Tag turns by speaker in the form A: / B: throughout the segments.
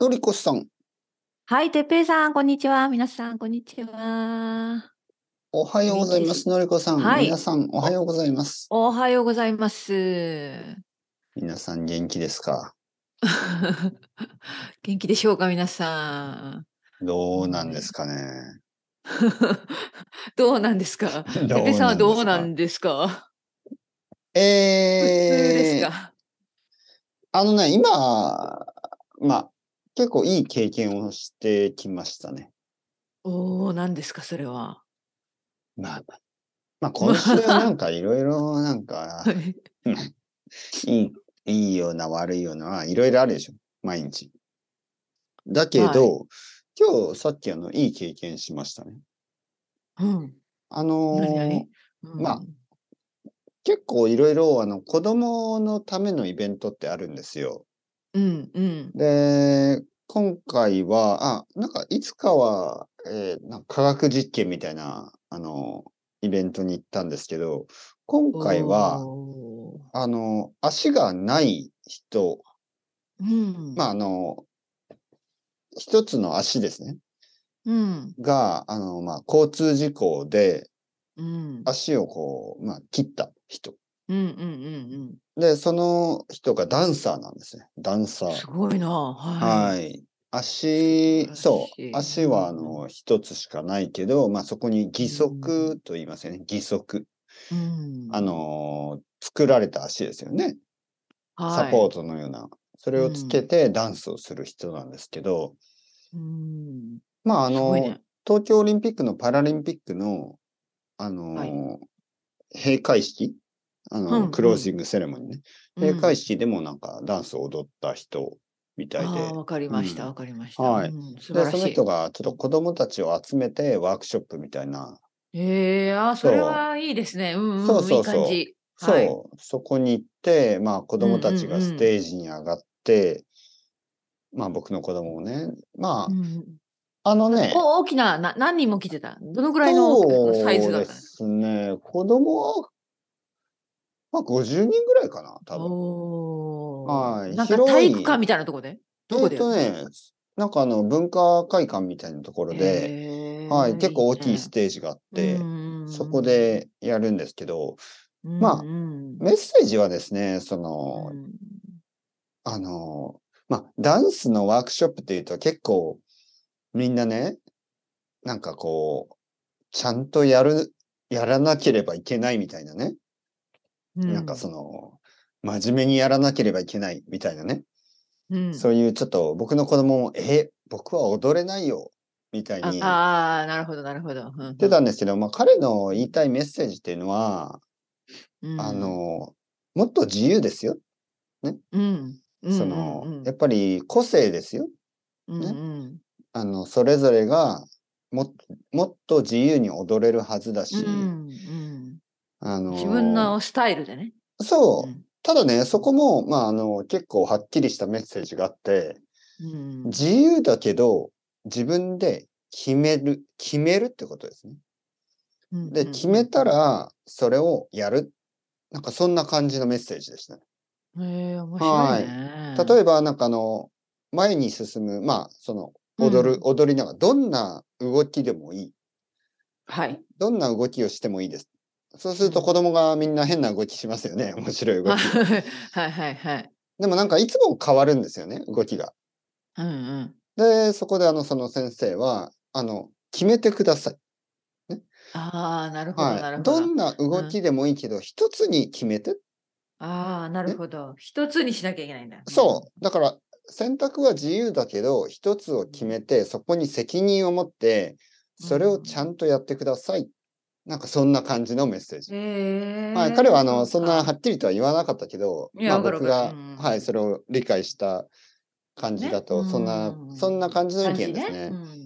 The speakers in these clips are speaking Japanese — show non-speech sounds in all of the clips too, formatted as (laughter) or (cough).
A: のりこさん、
B: はい、てっぺいさん、こんにちは。皆さん、こんにちは。
A: おはようございます。のりこさん、
B: はい
A: 皆さん、おはようございます。
B: おはようございます。
A: 皆さん、元気ですか
B: 元気でしょうか、皆さん。
A: どうなんです
B: (laughs)
A: かね。
B: どうなんですか。
A: てっ
B: てっぺいさんはどうなんですか。普通です
A: えー、
B: か。
A: あのね、今、まあ、結構いい経験をしてきましたね。
B: おお、なんですか、それは。 (laughs)
A: まあ、まあ、今週はなんかいろいろ、なんか
B: (laughs) は、い
A: いい、いいような悪いような、いろいろあるでしょ、毎日。だけど、
B: は
A: 今日さっきあの、いい経験しましたね。
B: うん。
A: あのー
B: 何々うん
A: まあ結構いろいろあの子供のためのイベントってあるんですよ。
B: うん、うん。
A: で、今回は、あ、なんかいつかは、えーなんか科学実験みたいな、あの、イベントに行ったんですけど、今回は、
B: おー。
A: あの、足がない人、
B: うん。
A: ま
B: あ。
A: あ、あの、一つの足ですね、
B: うん。
A: が、あの、まあ、交通事故で
B: うん。
A: 足をこう、まあ、切った人。
B: うん、うん、うん、
A: で、その人がダンサーなんですね。ダンサ
B: うん。
A: ー。
B: すごいな。は。
A: はいい。足、
B: 素
A: そ、
B: 晴らしい
A: 足
B: う
A: はあ
B: うんう
A: の一つしかないけど、まあ、そこに義足と言いますよね。義足。
B: うん。
A: あのー作られた足ですよね。
B: はい、
A: サポートのような。それをつけてダンスをする人なんですけど、
B: うん。
A: まあ、あ
B: あ
A: のー、東京オリンピックのパラリンピックの、あのー
B: は
A: 閉会式あのー、
B: うんうん
A: クロージングセレモニーね。閉会式でもなんかダンスを踊った人みたいで。
B: うん、ああ、わかりまし
A: う
B: た、
A: ん
B: わかりました。
A: はい
B: うん素
A: で
B: 晴ら
A: そ
B: し
A: の
B: い。
A: 人がちょっと子供たちを集めてワークショップみたいな、
B: ええあー、
A: そ
B: そうれはいいですね。うん、うん、
A: そうそう
B: いい感じ。はい
A: そうそこに行って、まあ、子供たちがステージに上がって、まあ僕の子供もねまあ、
B: うん
A: あのね
B: お大きなな、何人も来てた。どのくらいの
A: そう
B: サイズだっ
A: で
B: た
A: すね子供は、まあ、50人ぐらいかな多分。
B: おお。
A: はい
B: なんか
A: 広い
B: 体育館みたいなとこで。どこ
A: え
B: で
A: っとねなんかあの文化会館みたいなところで、
B: へー
A: はい、結構大きいス
B: ね
A: テージがあって、
B: うん
A: そこでやるんですけどまあ
B: うん
A: メッセージはですねその、
B: うん
A: あの、まあ、ダンスのワークショップっていうと結構みんなね、なんかこう、ちゃんとやる、やらなければいけないみたいなね。
B: うん、
A: なんかその、真面目にやらなければいけないみたいなね。
B: うん、
A: そういうちょっと僕の子供も、え、僕は踊れないよ、みたいに言っ
B: ああー、なるほど、なるほど。うん
A: てたんですけど、まあ彼の言いたいメッセージっていうのは、
B: うん
A: あ、の、もっと自由ですよ。
B: うん、うん
A: その、
B: うんうん
A: やっぱり個性ですよ。
B: うんうん
A: あのそれぞれがもっもっと自由に踊れるはずだし、
B: うん
A: あ
B: うん、
A: の
B: 自分のスタイルでね。
A: そううんただねそこも、まあ、あの結構はっきりしたメッセージがあって
B: うん
A: 自由だけど自分で決める決めるってことですね。
B: うん
A: で
B: うん
A: 決めたらそれをやるなんかそんな感じのメッセージでしたね。
B: へえ面白いね。
A: 例えばなんかあの前に進むまあその踊る、
B: うん
A: 踊りながらどんな動きでもいい
B: はい。
A: どんな動きをしてもいいです。そうすると
B: うん
A: 子供がみんな変な動きしますよ
B: (laughs)
A: ね。面白い動き。
B: はいはいはい。
A: でもなんかいつも変わるんですよね、動きが。
B: うんうん。
A: で、そこであの、その先生は、あの、決めてください。
B: ああ、なるほど、な
A: は
B: る
A: い。
B: ほ
A: ど
B: ど。
A: んな動きでもいいけど、一つに決めて。
B: ああ、なるほど。一つにしなきゃいけないんだ。
A: そう。だから、選択は自由だけど、一つを決めて、そこに責任を持って、それをちゃんとやってください。なんかそんな感じのメッセージ。
B: へえ
A: はい、彼はあのそんなは
B: か
A: っきりとは言わなかったけど、
B: いや
A: まあ、
B: わかる
A: 僕
B: わ
A: が
B: かるうんうん、
A: はい、それを理解した感じだと、
B: ね
A: そんな
B: うん
A: そんな感じの意
B: 感
A: 見
B: じ
A: です
B: ね
A: ね。
B: うんうん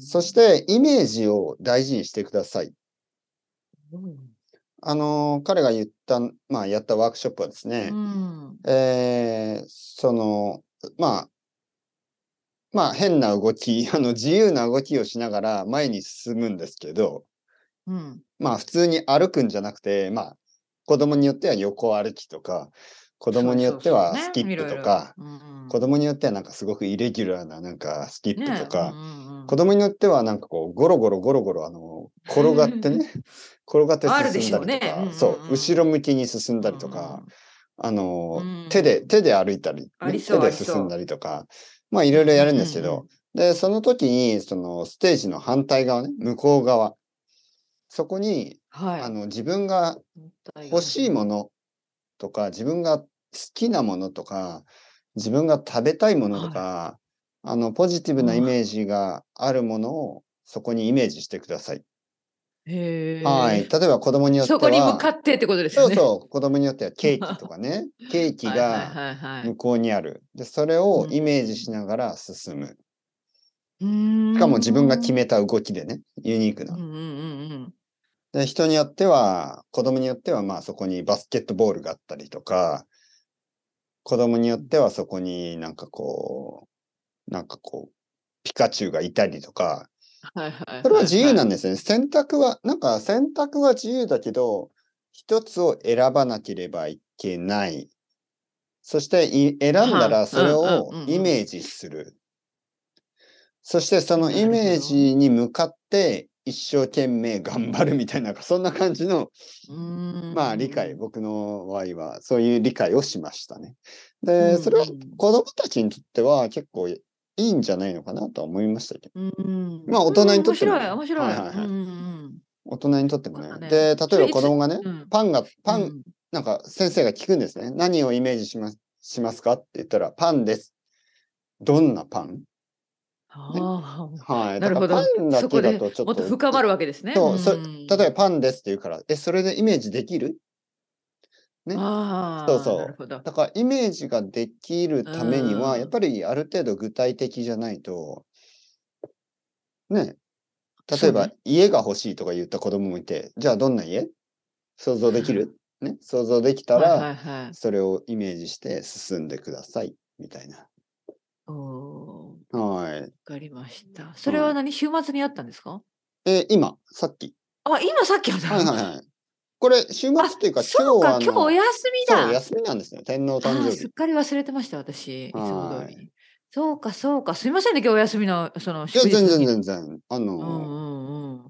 A: そしてイメージを大事にしてください。
B: うん
A: あの彼が言った、まあ、やったワークショップはですね、
B: うん
A: えーそのまあまあ変な動きあの自由な動きをしながら前に進むんですけど、
B: うん
A: まあ普通に歩くんじゃなくて、まあ子供によっては横歩きとか、子供によっては
B: そうそう
A: スキップとか、、
B: ねいろいろうん
A: 子供によってはなんかすごくイレギュラーななんかスキップとか、
B: ねうんうん
A: 子供によってはなんかこうゴロゴロゴロゴロあの転がってね (laughs) 転がって
B: あるでし
A: 進
B: ょう
A: だ
B: んね
A: りとか、
B: うんうんうん
A: そう後ろ向きに進んだりとか、、あの、
B: うん
A: 手で手で歩いたり、ね
B: ありそう
A: 手で
B: ありそう
A: 進んだりとかまあいろいろやるんですけど、
B: うんうん
A: でその時にそのステージの反対側ね向こう側そこに、
B: はい、
A: あの自分が欲しいも
B: の、
A: のとか自分が好きなものとか自分が食べたいものとか、あのポジティブなイメージがあるものをそこにイメージしてください。
B: へー
A: はい、例えば子供によっては
B: そこに向かってってことです
A: そ
B: よ
A: う
B: ね。
A: そう子供によってはケーキとか
B: (laughs)
A: ねケーキが
B: はいはいはいはい
A: 向こうにあるでそれを
B: うん
A: イメージしながら進む
B: うーん
A: しかも自分が決めた動きでねユニーク
B: うん
A: な
B: うんうん
A: で人によっては子供によってはまあそこにバスケットボールがあったりとか子供によってはそこになんかこうなんかこうピカチュウがいたりとか
B: うんはいはいはい
A: それは自由なんんですね選択はなんか選択は自由だけど一つを選ばなければいけないそしてい選んだ
B: は
A: ら
B: い
A: それ
B: う
A: を
B: んうんうんうん
A: イメージするそしてその
B: なる
A: イ
B: ほど
A: メージに向かって一生懸命頑張るみたいなそんな感じのまあ理解僕の場合はそういう理解をしましたねでそれは子どもたちにとっては結構いいんじゃないのかなとは思いましたけどまあ大人にとっても
B: も。面白い、面白い。
A: はいはいはい
B: うんうん
A: 大人にとっても
B: なんか
A: ね
B: ね
A: で
B: そ
A: 例え
B: れ
A: ば子供がね
B: うんうん
A: パンが、パン、
B: うん
A: なんか先生が聞くんですね。何をイメージしますしますかって言ったら、パンです。どんなパン
B: あ
A: は
B: あ
A: い。
B: なるほ
A: だか
B: ど
A: らパン。だ
B: そ
A: け
B: こ
A: だ
B: で
A: とちょっと。
B: もっと深まるわけですね。
A: そうそ
B: ん
A: 例えばパンですって言うから、え、それでイメージできるね
B: ああ
A: そうそう
B: なるほど。
A: だからイメージができるためには、
B: うん
A: やっぱりある程度具体的じゃないと、ね。例
B: そ
A: え
B: う
A: ば
B: ね、
A: 家が欲しいとか言った子供もいて、じゃあどんな家想像でき
B: (laughs)
A: るね。想像できた
B: はい
A: ら、
B: はいはい
A: それをイメージして進んでください、みたいな。
B: おー
A: はい。
B: わかりました。それは何週末にあったんですか
A: えー今、さっき。
B: あ、今さっきあった。
A: はいはい
B: (laughs)
A: はい。これ、週末っていうか、今
B: あそ
A: 日
B: う
A: は
B: か
A: あ、の、
B: 今日お休みだ。
A: そう休みなんですね。天皇誕
B: (laughs) あ
A: 生
B: ー
A: 日
B: すっ。かり忘れてました、私。いつも
A: は
B: 通
A: い
B: りに。そうか、そうか。すみませんね、今日お休みの、そ
A: い
B: の、
A: や、
B: 祝日
A: 全
B: の
A: 然
B: 日
A: 全然。あ
B: う
A: の、
B: んうん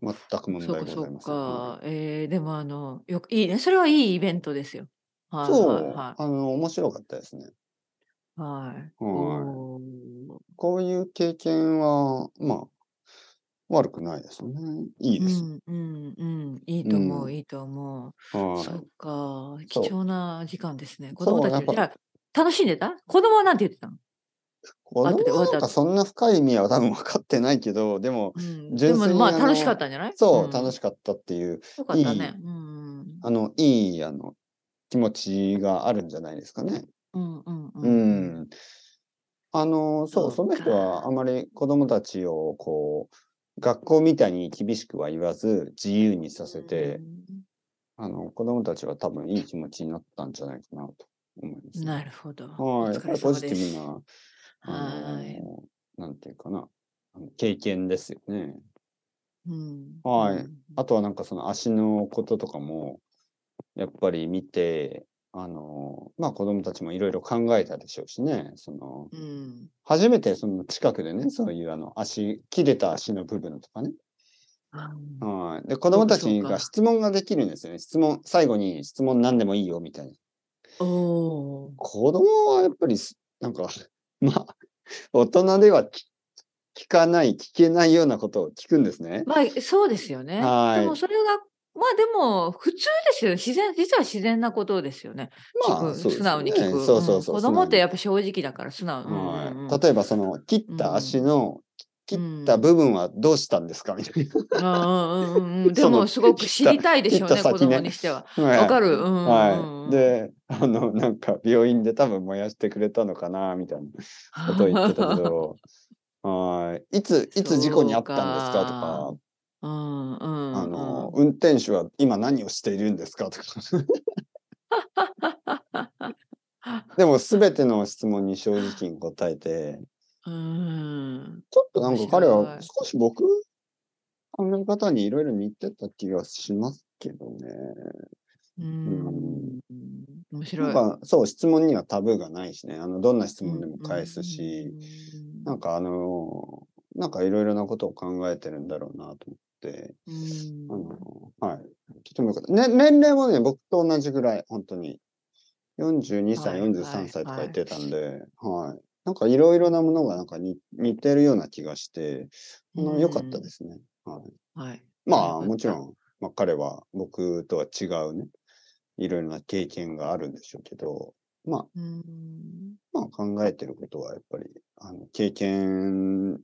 A: 全く
B: う
A: 問
B: ん。そう
A: 題ご
B: か、そ
A: ざいま
B: う
A: せん。は
B: か。えー、でもあの、よく、いいね。それはいいイベントですよ。はいい
A: そう、
B: は
A: あの、面白かったですね。
B: いはい。はい。
A: はい
B: おー
A: こういう経験は、まあ、悪くないですよね。いいです。
B: うんうんうん。いいと思
A: う
B: う、
A: ん
B: いいと思う。
A: はい。
B: そっか。貴
A: そう
B: 重な時間ですね。子
A: そう
B: 供た
A: やっ
B: ち
A: ぱ
B: は、じゃあ、楽しんでた子供はなんて言ってたの
A: 子
B: 後で
A: 供はなん
B: 終わ
A: か
B: っ
A: そんな深い意味は多分分かってないけど、でも、
B: うん、で
A: 純
B: も
A: 粋に
B: まあ
A: あの
B: 楽しかったんじゃない
A: そう、楽
B: し
A: しかったっていう、
B: よかった
A: いい
B: ね。うん
A: あの、いい、あの、気持ちがあるんじゃないですかね。
B: うんうんう
A: うんん。あの、そう、そ
B: そう
A: の
B: か
A: 人はあまり子供たちを、こう、学校みたいに厳しくは言わず、自由にさせて、あの、子供たちは多分いい気持ちになったんじゃないかなと思いま
B: う
A: す
B: ん
A: ね、
B: なるほど。
A: は
B: お
A: い。やっ
B: 疲
A: ぱ
B: れ
A: りポ
B: 様
A: ジテ
B: です
A: ィブな、あ
B: は
A: の
B: い。
A: なんていうかな、あの経験ですよね。
B: うん
A: はい
B: うん
A: あとはなんかその足のこととかも、やっぱり見て、あの、まあ子供たちもいろいろ考えたでしょうしね、その、
B: うん。
A: 初めてその近くでね、そういうあの足、切れた足の部分とかね。
B: あ
A: はい。で、子供たち
B: そうか
A: が質問ができるんですよね。質問、最後に質問何でもいいよみたいな。
B: おー
A: 子供はやっぱりす、なんか、まあ、大人ではき聞かない、聞けないようなことを聞くんですね。
B: まあそうですよね。
A: はい
B: でもそれがまあでも普通ですよ。自然実は自然なことですよね。
A: ま
B: 聞
A: あ、
B: く
A: そうです
B: 素直に聞
A: ね
B: く。
A: そうそう
B: うん
A: そう。
B: 子供ってや
A: っ
B: っぱ正直だから素直。うんうんうん
A: はい。例えば、その、切った足の、
B: う
A: 切
B: ん
A: った部分はどうしたんですかみたい
B: うんうんうんうんで
A: (laughs) その
B: もすごく知りたいでしょう
A: 切
B: ね、
A: った
B: 子
A: 先ね
B: 供にしては。
A: な。はい
B: わかる。うんうんう
A: は
B: ん
A: い。で、あの、なんか病院で多分燃やしてくれたのかな、みたいなことを言ってたけど、はい。いつ、いつ事故に遭ったんですかと
B: そ
A: か、
B: (laughs) うんうんうん
A: あの、運転手は今何をしているんですかと
B: (laughs)
A: か。でも、すべての質問に正直に答えて、
B: うん
A: ちょっとなんか彼
B: 面
A: は
B: 白
A: 少
B: い
A: し僕、考え方にいろいろ似てた気がしますけどね。
B: うん
A: ん
B: 面白。
A: ないんかそう、質問にはタブーがないしね、あのどんな質問でも返すし、
B: うん
A: なんかあの、なんかいろいろなことを考えてるんだろうなと思って、
B: うん
A: あの、はい、とてもよかった。ね、年齢もね、僕と同じぐらい、本当に。42歳、
B: はい。
A: 43歳とか言ってたんで、はい。なんかいろいろなものがなんかに似てるような気がして、あの良かったですすね。はい。
B: はい。
A: まあもちろ
B: ん。
A: ん、まあ、彼は僕とは違うね、いろいろな経験があるんでしょうけど、まあ、
B: うん
A: まあ、考えてることはやっぱりあの経験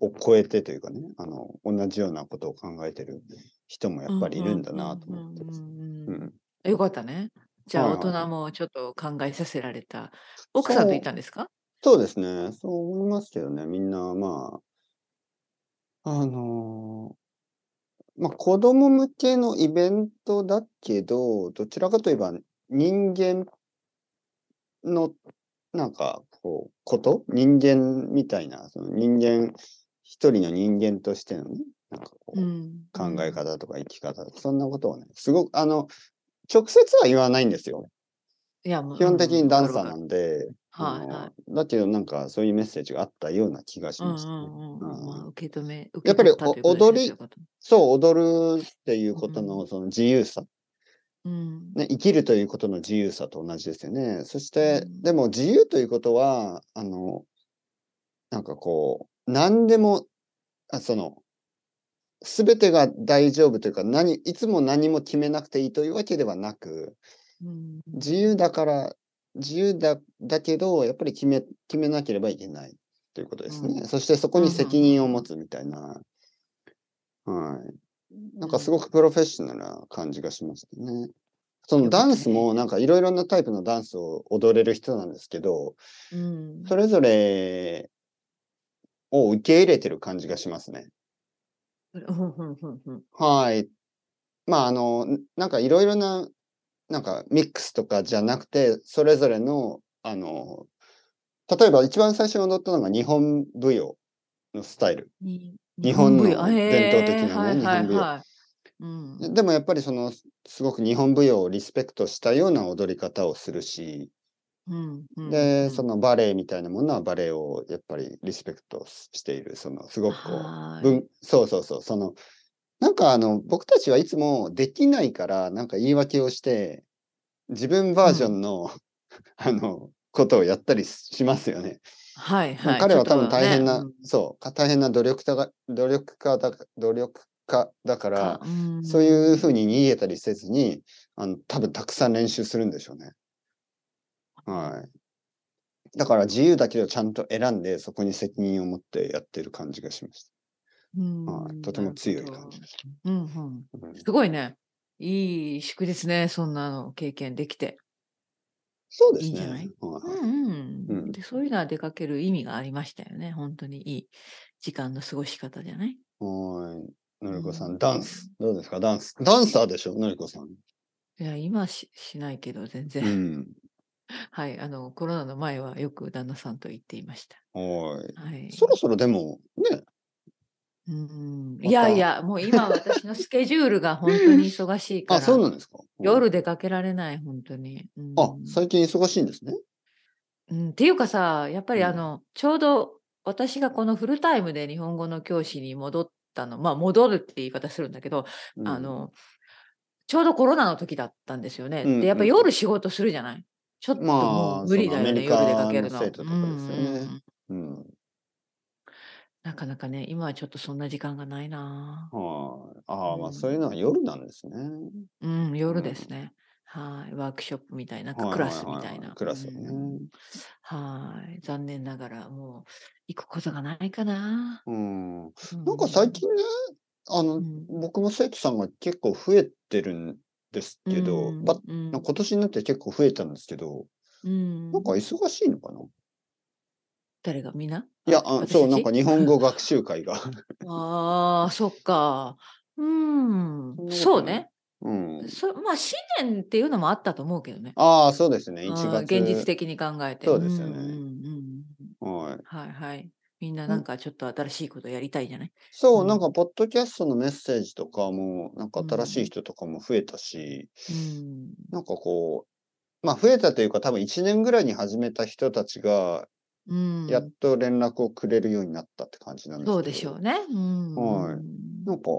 A: を超えてというかねあの同じようなことを考えてる人もやっぱりいるんだなと思ってます。
B: うんうんうん
A: う
B: うん
A: ん
B: よかったね。じゃあ
A: はい
B: 大人もちょっと考えさせられた。奥さんと行ったんですか
A: そうですねそう思いますけどねみんなまああのまあ子供向けのイベントだけどどちらかといえば人間のなんかこうこと人間みたいなその人間一人の人間としてのねなんかこう、
B: ん
A: 考え。方とか生き方、そんなことをね、すごく、あの、直接は言わないんですよ。
B: いや、もう
A: 基本的にダンサー
B: 心が
A: なんで、あ
B: はい
A: の
B: はい。
A: だけどなんかそういうメッセージがあったような気がし
B: うんう
A: ましたね。
B: んうんまあ
A: う
B: 受け止め、
A: やっぱり
B: 受け取たということですね
A: お踊り、そう、踊るっていうこと
B: うんう
A: のその自由さ、
B: うん
A: ね、生きるということの自由さと同じですよね。そして、
B: うん
A: でも自由ということは、あの、なんかこう、何でも、あその、すべてが大丈夫というか、何、いつも何も決めなくていいというわけではなく、
B: うん
A: 自由だから、自由だ、だけど、やっぱり決め、決めなければいけないということですね。
B: うん
A: そしてそこに責任を持つみたいな、はい。なんかすごくプロフェッショナルな感じがしましたね。そのダンスもなんかいろいろなタイプのダンスを踊れる人なんですけど、
B: うん
A: それぞれを受け入れてる感じがしますね。
B: うんうんうんうん
A: はい。まあ、あの、なんかいろいろな、なんかミックスとかじゃなくて、それぞれの、あの、例えば一番最初に踊ったのが日本舞踊のスタイル。
B: に
A: 日本の
B: 舞踊
A: 伝統的なね
B: へーはい
A: 日本舞踊
B: はいはいうん
A: ででもやっぱりその、すごく日本舞踊をリスペクトしたような踊り方をするし、
B: うんうんう
A: で、
B: ん
A: そのバレエみたいなものはバレエをやっぱりリスペクトしている、その、すごくこう、
B: はい
A: 文そうそうそう、その、なんかあの、僕たちはいつもできないから、なんか言い訳をして、自分バージョンの、 (laughs) あの、ことをやったりしますよね。
B: はい
A: まあ
B: はい。
A: 彼は
B: ちょ
A: 多分
B: っと
A: 大変な、
B: ね
A: そうか、大変な努力家が、努力家だ、努力家だから、
B: うん
A: そういうふうに逃げたりせずに、あの、多分たくさん練習するんでしょうね。はい。だから自由だけどちゃんと選んで、そこに責任を持ってやってる感じがしまし
B: うん
A: た。はい。とても強い
B: なる
A: 感
B: ほ
A: じ
B: ど
A: がし
B: うんうん
A: ました。うん
B: すごいね。いい宿ですね。そんなの経験できて。
A: そうですね。
B: いいんじゃない
A: はい
B: うん
A: う
B: うんん。で、そういうのは出かける意味がありましたよね。本当にいい時間の過ごし方じゃない
A: はい。のりこさ、
B: うんん
A: ダンス。どうですかダンス。ダンサーでしょのりこさん。
B: いや、今ししないけど、全
A: う
B: 然。
A: ん。
B: はい。あの、コロナの前はよく旦那さんと言っていました。
A: はい。
B: はい。
A: そろそろでも、ね。
B: う
A: ま
B: ん。
A: た
B: いやいや、もう今私のスケジュールが本当に忙しい
A: (laughs)
B: か
A: あ、
B: ら。
A: そうなんですか
B: 夜出かけられない、本当に。うん
A: あ、最近忙しいんですね。
B: うん、っていうかさ、やっぱり
A: うん
B: あの、ちょうど私がこのフルタイムで日本語の教師に戻ったの、まあ戻るって言い方するんだけど、
A: うん
B: あ、の、ちょうどコロナの時だったんですよね。
A: うん
B: で、やっぱ
A: うん
B: 夜仕事するじゃないちょっと
A: まあ
B: もう無理だよね、
A: その
B: 夜出かける
A: アメリ
B: の。
A: カの生徒とかですよね
B: うんうんうん
A: うん。
B: なかなかね、今はちょっとそんな時間がないなぁ
A: はい。ああ、ま
B: う
A: あ、
B: ん
A: そういうのは夜なんですね。
B: うん、夜ですね。はい。ワークショップみたいな、なんかクラスみたいな。
A: クラスをね
B: う。んはい。残念ながら、もう行くことがないかな。
A: うん。
B: な
A: なんか最近ね、あの、僕も生徒さんが結構増えてるんですけど、ば今
B: な
A: 年になって結構増えたんですけど、なんか忙しいのかな
B: 誰がみんないい
A: や、あそう、なんか日本。語
B: 私たち
A: 学習会
B: (laughs)
A: が。
B: ああ、そっか。う
A: そ
B: ん
A: んなこと、
B: そうね。
A: うん。
B: そまあ、新年っていうのもあったと思うけどね。
A: ああ、そうですね。
B: うん
A: 1月。
B: 現実的に考えて。
A: そうですよね
B: んうんうん
A: はい。
B: はいはい。みんななんかちょっと新しいことやりたいじゃない
A: そう、
B: うん
A: なんか、ポッドキャストのメッセージとかも、なんか
B: うん
A: 新しい人とかも増えたし、
B: うん
A: なんかこまあ増えたというか多分1年ぐらいに始めた人たちが
B: うん、
A: やっと連絡をくれるようになったって感じなんですけど。
B: そうでしょうね。うん
A: はいなんか、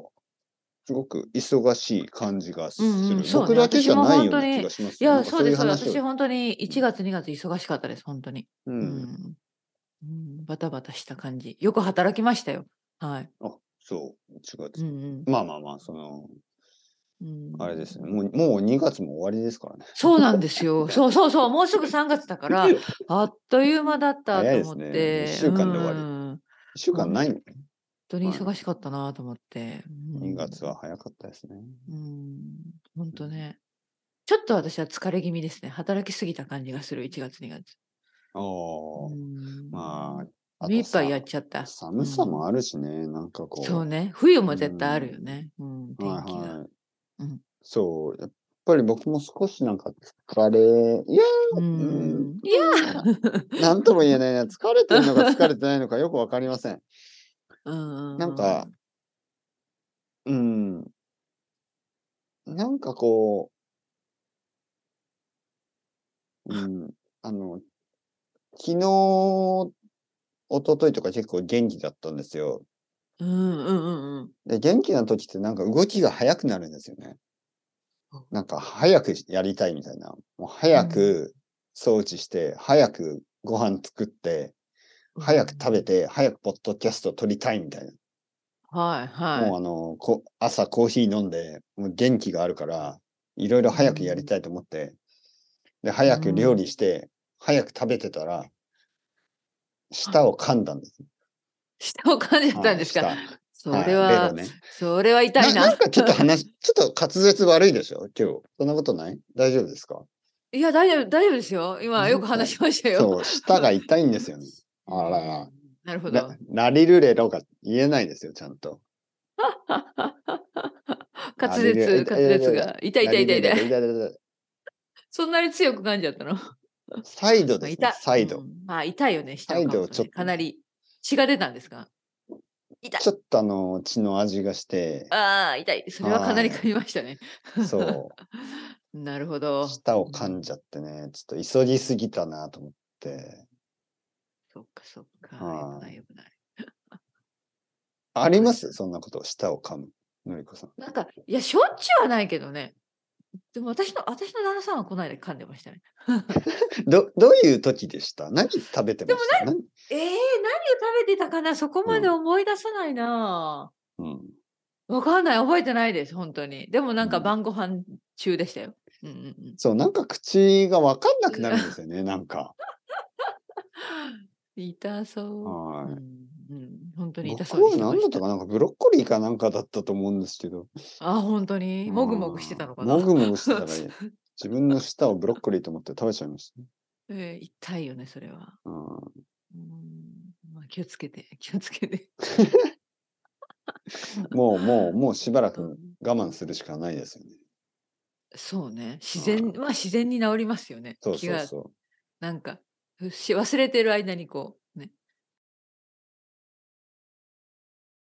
A: すごく忙しい感じがする。
B: うんうんそうね
A: 僕だけじゃないよう
B: 私も本当
A: な
B: に
A: 気がします。
B: い
A: な
B: や、
A: んか
B: そうです、そうです。
A: 話
B: 私、
A: を
B: 本当に1月、2月、忙しかったです、本当に。
A: う、
B: うんんうんバタバタした感じ。よく働きましたよ。はい。
A: そう、違う
B: う。ん
A: まあまあまあ、その、
B: うんうん
A: あれですね。もう、もう2月も終わりですからね。
B: そうなんで
A: (laughs)
B: すよ。そうそうそう。もうすぐ3月だから、あっという間だったと
A: 早いで
B: 思
A: す
B: っ
A: ね
B: て。
A: 一週間で終わり
B: うん
A: 1週間ないのね。
B: 本当に
A: はい
B: 忙しかったなと思って。うん
A: 2月は。早かったですね。
B: うん。本当ね。ちょっと私は疲れ気味ですね。働きすぎた感じがする、1月、2月。
A: ああ、
B: うん
A: まあ、あ
B: 目い
A: と
B: っぱ
A: さ
B: いやっちゃった。
A: 寒さもあるしね、なんかこう。
B: そうね。冬も絶対あるよね。うん。天
A: はい
B: 気が。
A: はい。
B: うん
A: そう、やっぱり僕も少しなんか疲れ、いや
B: うん。いや
A: なんとも言えないな。疲れてるのか疲れてないのかよくわかりません。
B: うん。
A: なんか、うん。なんかこう、うん、あの、昨日、一昨日とか結構元気だったんですよ。
B: うんうんうんうん。
A: で、元気な時ってなんか動きが速くなるんですよね
B: あ。
A: なんか早くやりたいみたいな。もう早く装置して、早くご飯作って、早く食べて、早くポッドキャスト撮りたいみたいな。
B: はいはい。
A: もうあのこ、朝コーヒー飲んで、もう元気があるから、いろいろ早くやりたいと思って、で、早く料理して、早く食べてたら、舌を噛んだんです。
B: 下を感じたんです
A: は
B: か
A: い。舌
B: そ
A: はい
B: れ
A: ベロ
B: は、
A: ね
B: それは痛い
A: な。な。
B: なん
A: かちょっと話、ちょっと滑舌悪いでしょ今日。そんなことない大丈夫ですか
B: いや、大丈夫、大丈夫ですよ。今、よく話しましたよ。
A: そう、舌が痛いんですよ
B: (laughs)
A: ね。あらら。
B: なるほど
A: な。なりるれろが言えないですよ、ちゃんと。
B: 滑
A: あれで
B: 舌、
A: 痛
B: 滑
A: い
B: 舌が。痛い痛い痛い痛
A: なり
B: い。
A: るれろ痛い痛い痛い
B: そんなに強く感じちゃったの
A: サイドで
B: まあ
A: す
B: 痛
A: ね
B: い。
A: サイド。
B: うんまあ、痛いよね、下を噛むとね
A: サイドちょっと
B: かなり血が出たんですか痛い
A: ち。ょっとあの、血の味がして、
B: ああ、痛い。それはかなり
A: はい
B: 噛みましたね。
A: そう。
B: (laughs) なるほど。
A: 舌を噛んじゃってね、ちょっと急ぎすぎたなと思って。
B: そっかそっか。
A: はい
B: よくないよくない。
A: ありますそんなこと、舌を噛む。のりこさん。
B: なんか、いや、しょっちゅうはないけどね。でも私の、私の旦那さんはこの間噛んでましたね。
A: ど、どういう時でした何食べてました何
B: えー、何を食べてたかなそこまで思い出さないな。
A: うん。
B: わ、かんない。覚えてないです。本当に。でもなんか
A: うん
B: 晩ご飯中でしたよ。うんうんうん。
A: そう、なんか口がわかんなくなるんですよ
B: (laughs)
A: ね、なんか。
B: 痛そう。う
A: は
B: ん
A: い。
B: うん、本当に痛
A: 僕
B: そうに
A: は
B: してま
A: 何だっかなんか
B: したた。
A: ブロッコリーかなんかだったと思うんですけど。
B: あ、本当にもぐもぐしてたのかな
A: うんもぐもぐしてた
B: (laughs)
A: らいい。自分の舌をブロッコリーと思って食べちゃいましたね。
B: えー痛いよね、それは。
A: うん
B: うんまあ、気をつけて、 (laughs) 気をつけて。
A: もう、もう、もうしばら
B: う
A: く
B: ん
A: 我慢するしかないですよね。
B: そうね。自
A: は
B: 然
A: い
B: は自然に治りますよね。
A: そう
B: 気
A: そう
B: が
A: そ
B: なんかうし忘れてる間にこ